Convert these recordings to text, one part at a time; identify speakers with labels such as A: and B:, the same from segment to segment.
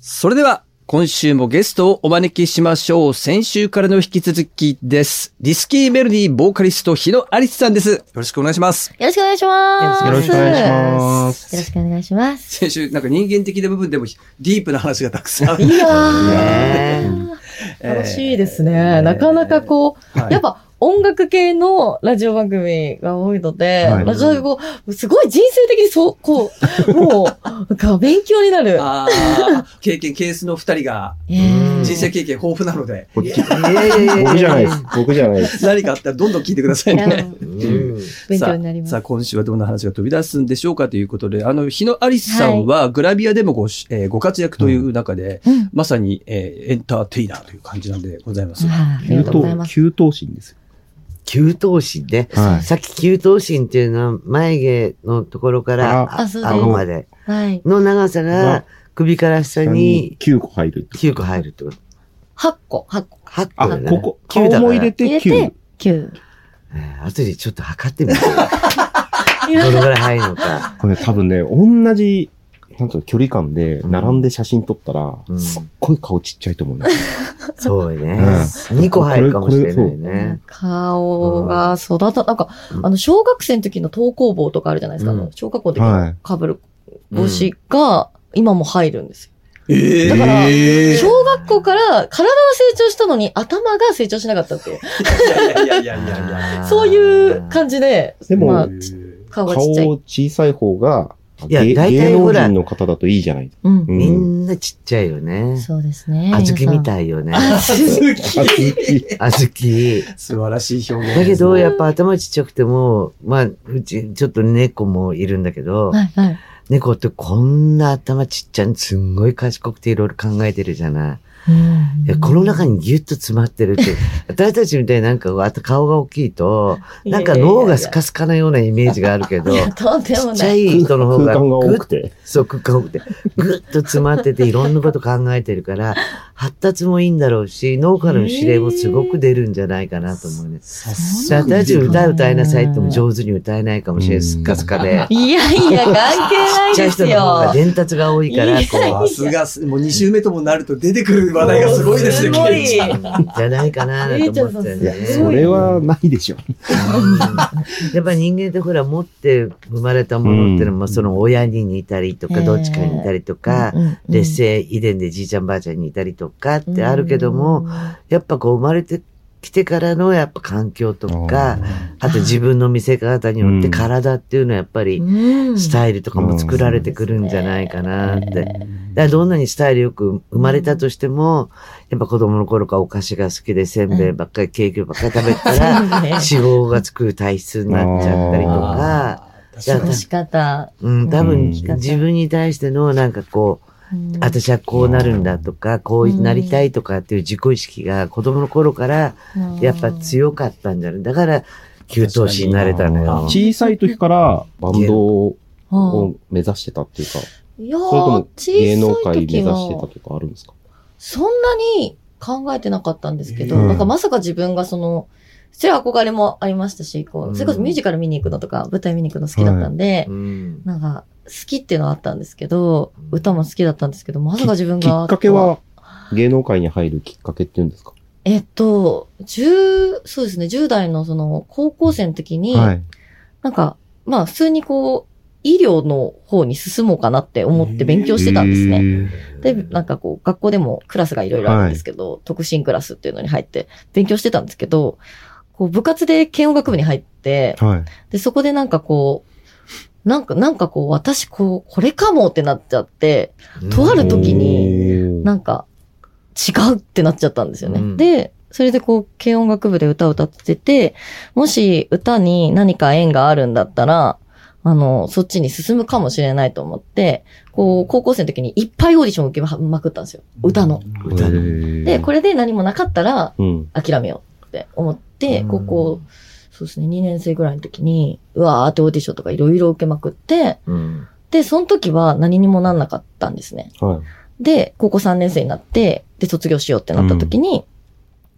A: それでは、今週もゲストをお招きしましょう。先週からの引き続きです。リスキーメロディーボーカリスト、日野アリスさんです。よろしくお願いします。
B: よろしくお願いします。。
C: よろしくお願いします
B: よろしくお願いします。
A: 先週、なんか人間的な部分でもディープな話がたくさん。
B: いやー。
D: 楽しいですね。
A: えー
D: なかなかこう、
A: はい
D: やっぱ音楽系のラジオ番組が多いので、
C: はい
D: ラジオこうすごい人生的にそう、こう、もう、なんか勉強になる。
A: あー経験、ケースの二人が
B: えー
A: 人生経験豊富なので、
C: こっち僕じゃないです。 僕じゃないです。
A: 何かあったらどんどん聞いてください
B: いや
A: ね。
C: うん
D: 勉強になります
A: さあ、さあ今週はどんな話が飛び出すんでしょうかということで、あの、日野アリスさんはグラビアでもご,、えーご活躍という中で、
B: うん
A: まさに、えーエンターテイナーという感じなんでございます。
B: あーありがとうございます。
E: 給湯心ですよ。
F: 給湯心ね。
C: は
F: さっき給湯心っていうのは眉毛のところからあ
C: あ
B: あそうです
F: 顎まで
B: はい。
F: の長さが
C: が
F: 首から下
C: い。
F: に
C: 9個入るって
F: 9個入るってこと。
D: 8個、8個。
F: 8個
C: あ、
F: だね。
C: ここ。
F: 9
C: 顔
F: だから
C: も入れて
B: 入れ
C: 9
B: て。、9。
F: えー後でちょっと測って みて。どのぐらい入るのか。
C: これ多分ね、同じ、なんと距離感で、並んで写真撮ったら、
F: うん
C: すっごい顔ちっちゃいと思うね。
F: そうね。
C: うん
F: 2個入るかもしれないね。
D: 顔が育た、なんか
F: う、ん
D: あの、小学生の時の登校帽とかあるじゃないですか。あ
F: う
D: の
F: ん
D: 小学校の時
C: は
D: の
C: い
D: 被る帽子が、今も入るんですよ。
A: え
D: だから
A: え
D: 小学校から体は成長したのに頭が成長しなかったっていう、
A: いやいやいやいやいやいや。
F: あー
D: そういう感じで、
C: でも
D: ま
A: え
D: あ、ち
A: ー
D: 顔がちっちゃい
C: 顔。小さい方が、
F: いや
C: 芸
F: 大体
C: 芸能
F: ほら
C: 人の方だといいじゃない。
D: うん
C: う
F: み
C: ん。
F: んなちっちゃいよね。
B: そうですね。
F: 小豆み
B: い。
F: たいよね。
C: あいい
F: 小豆。
A: 素晴らしい表現。
F: だけど、やっぱ頭ちっちゃくても、まあ、うち、ちょっと猫もいるんだけど、
B: はいはい。
F: 猫ってこんな頭ちっちゃいのすんごい賢くていろいろ考えてるじゃない。いや、この中にギュッと詰まってるって、私たちみたいになんかこう、あと顔が大きいと、なんか脳がスカスカなようなイメージがあるけど、
D: い
F: ち
D: やいやいやとん でも
F: っち
D: な
F: ゃ
D: い。
F: い人の方
C: 空
F: が、
C: 間が
F: ぐ
C: 多
F: っ
C: くて。
F: そう、空間多くて、ぐっと詰まってていろんなこと考えてるから、発達もいいんだろうし、脳からの指令もすごく出るんじゃないかなと思うね。
A: さ
F: だ
A: す
F: って
A: が
F: 私たち
A: に。
F: 歌歌いなさいっても上手に歌えないかもしれない。すっかすか で。
D: いやいや、関係な
F: ち
D: い
F: っちゃい
D: です
F: 人の方が
D: よ。
F: 伝達が多いから、
D: いやいや
F: こ
A: さすがす、もう2週目ともなると出てくる話題がすごいですね、
D: すごい
A: ケイちゃん
F: う、じゃないかななんて思って
D: い
C: いや
F: ね。、
C: それはないでしょ。
F: うんやっぱ人間ってほら、持って生まれたものってのは、
C: うん
F: まあその親に似たりと
B: う
F: か、
B: ん
F: どっちかに似たりとか、劣勢遺伝でじいちゃんばあちゃんに似たりとかってあるけども、やっぱこう生まれてきてからのやっぱ環境とか、あと自分の見せ方によって
C: うん
F: 体っていうのはやっぱり、
D: うん、
F: スタイルとかも作られてくるんじゃないかなって。だからどんなにスタイルよく生まれたとしても、やっぱ子供の頃からお菓子が好きで、せんべいばっかり、ケーキばっかり食べてたら、脂
D: ね
F: 肪がつく体質になっちゃったりとか、だか
B: 過
F: ら
B: ごし方。
F: うん、多分
C: うん
F: 自分に対してのなんかこう、
B: うん
F: 私はこうなるんだとか、こうなりたいとかっていう自己意識が子供の頃からやっぱ強かったんじゃないだから、給湯師になれたのよ。
C: 小さい時からバンド
D: うん
C: を目指してたっていうか、
D: いやー
C: それとも芸能界目指
D: 小
C: し
D: さい
C: て
D: 時
C: た
D: は
C: とかあるんですか
D: そんなに考えてなかったんですけど、
C: うん
D: なんかまさか自分がその、それは憧れもありましたし、こう、それこそミュージカル見に行くのとか、舞台見に行くの好きだったんで、
F: うん
D: なんか、好きっていうのはあったんですけど、
F: うん
D: 歌も好きだったんですけど、まさか自分
C: き
D: が。
C: っかけは、芸能界に入るきっかけっていうんですか
D: えっと、十、そうですね、10代のその、高校生の時に、
C: い。
D: なんか、まあ、普通にこう、医療の方に進もうかなって思って勉強してたんですね。で、なんかこう、学校でもクラスがいろいろあるんですけど、特進クラスっていうのに入って勉強してたんですけど、こう、部活で剣音楽部に入って、
C: はい。
D: で、そこでなんかこう、なんか、なんかこう、私こう、これかもってなっちゃって、とある時に
C: うん、
D: なんか、違うってなっちゃったんですよね。
F: うん
D: で、それでこう、軽音楽部で歌を歌ってて、もし歌に何か縁があるんだったら、あの、そっちに進むかもしれないと思って、こう、高校生の時にいっぱいオーディションを受けまくったんですよ。歌の。。
F: 歌の
D: で、これで何もなかったら、
C: うん。
D: 諦めようって思って、
F: うん
D: 高校、そうですね、2年生ぐらいの時に、うわーってオーディションとかいろいろ受けまくって、
F: うん
D: で、その時は何にもなんなかったんですね。
C: は
D: で、高校3年生になって、で、卒業しようってなった時に、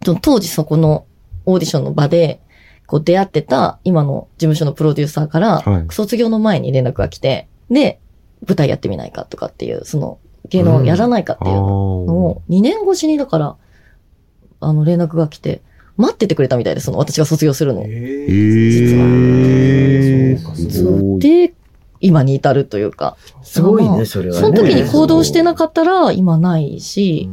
D: その当時そこのオーディションの場で、こう出会ってた今の事務所のプロデューサーから、
C: はい
D: 卒業の前に連絡が来て、で、舞台やってみないかとかっていう、その、芸能やらないかっていうの
C: も
D: を、2年越しにだから、あの、連絡が来て、待っててくれたみたいです、その私が卒業するのを。
A: え
C: えー、
D: そ
C: す
D: う
C: ごい。
D: で、今に至るというか。
F: すごいね、それは、ね。
D: その時に行動してな
F: く
D: かったら、今ないし、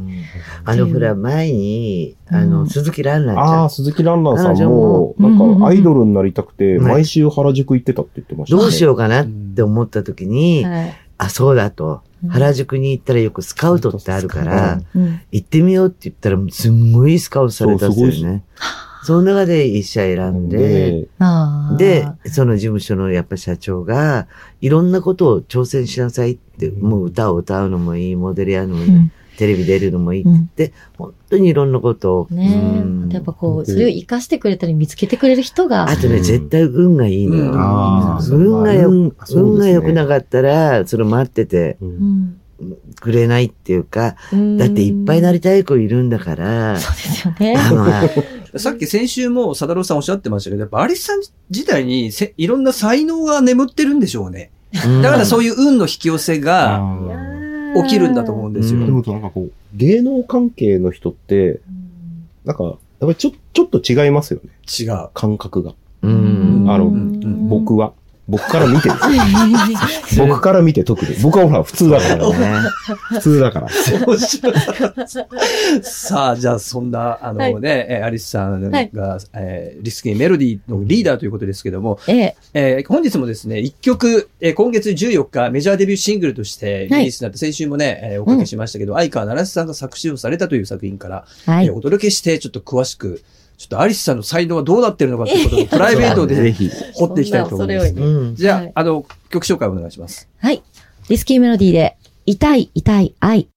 F: あの、ほら、前に、あ
D: う
F: の、
D: ん
F: 鈴木蘭蘭ち
C: あ
F: ゃ
C: あ、
F: ん。
C: 鈴木蘭蘭さんも、
D: あじゃあ
C: な
D: もうん
C: かアイドルになりたくて、
F: うん
C: 毎週原宿行ってたって言ってましたね。
F: どうし
C: よ
F: ようかなって思った時に、
D: はい
F: あ、そうだと。原宿に行ったらよくスカウトってあるから、
D: うん
F: 行ってみようって言ったら、すんごいスカウトされたんですよ
C: そうすご
F: ね。その中で一社選んで、、
D: あー
F: で、その事務所のやっぱ社長が、いろんなことを挑戦しなさいって、もう歌を歌うのもいい、モデルやるのもいい、
D: うん
F: テレビ出るのもいいっ
D: う
F: て言
D: ん
F: って、本当にいろんなことを。
D: ね
F: うん
D: え。やっぱこう、それを活かしてくれたり見つけてくれる人が
F: あ、とね、
C: うん
F: 絶対運がいいのよ。
A: うん
C: あー
F: 運がよ、
C: 運そう
F: 運
C: ですね
F: が良くなかったら、それ待ってて
D: うん
F: くれないっていうか、だっていっぱいなりたい子いるんだから、
D: そうですよね。
F: あの、
A: さっき先週も、佐太郎さんおっしゃってましたけど、やっぱアリスさん自体にせいろんな才能が眠ってるんでしょうね。だからそう
F: い
A: いう運の引き寄せが起きるんだと思うんですよ。
F: う
C: でもなんかこう、芸能関係の人って、なんか、やっぱりちょ、ちょっと違いますよね。
A: 違う。
C: 感覚が。
F: うん。うん。
C: あの
A: うん
C: 僕は。僕から見てで す僕から見て特に。僕はほら、普通だからね。
F: ね
C: 普通だから。
A: 面白いさあ、じゃあそんな、あの
D: はい
A: ね、えーアリスさんが、
D: はい
A: えーリスキーメロディーのリーダーということですけども、
D: ええ、
A: えー本日もですね、一曲、えー今月14日メジャーデビューシングルとしてリリースになって、先週もね、えーおかけしましたけど、相川七瀬さんが作詞をされたという作品から、
D: は
A: えーお届けして、ちょっと詳しく、ちょっとアリスさんの才能はどうなってるのかということをプライベート
F: そうだね
A: で
C: ぜひ。
A: 掘っていきたいと思いま
D: そ
A: す。
D: んな恐れ多い
F: うん。
A: じゃあ、
D: はい
A: あの、曲紹介お願いします。
D: はい。リスキーメロディーで、痛い、痛い、愛。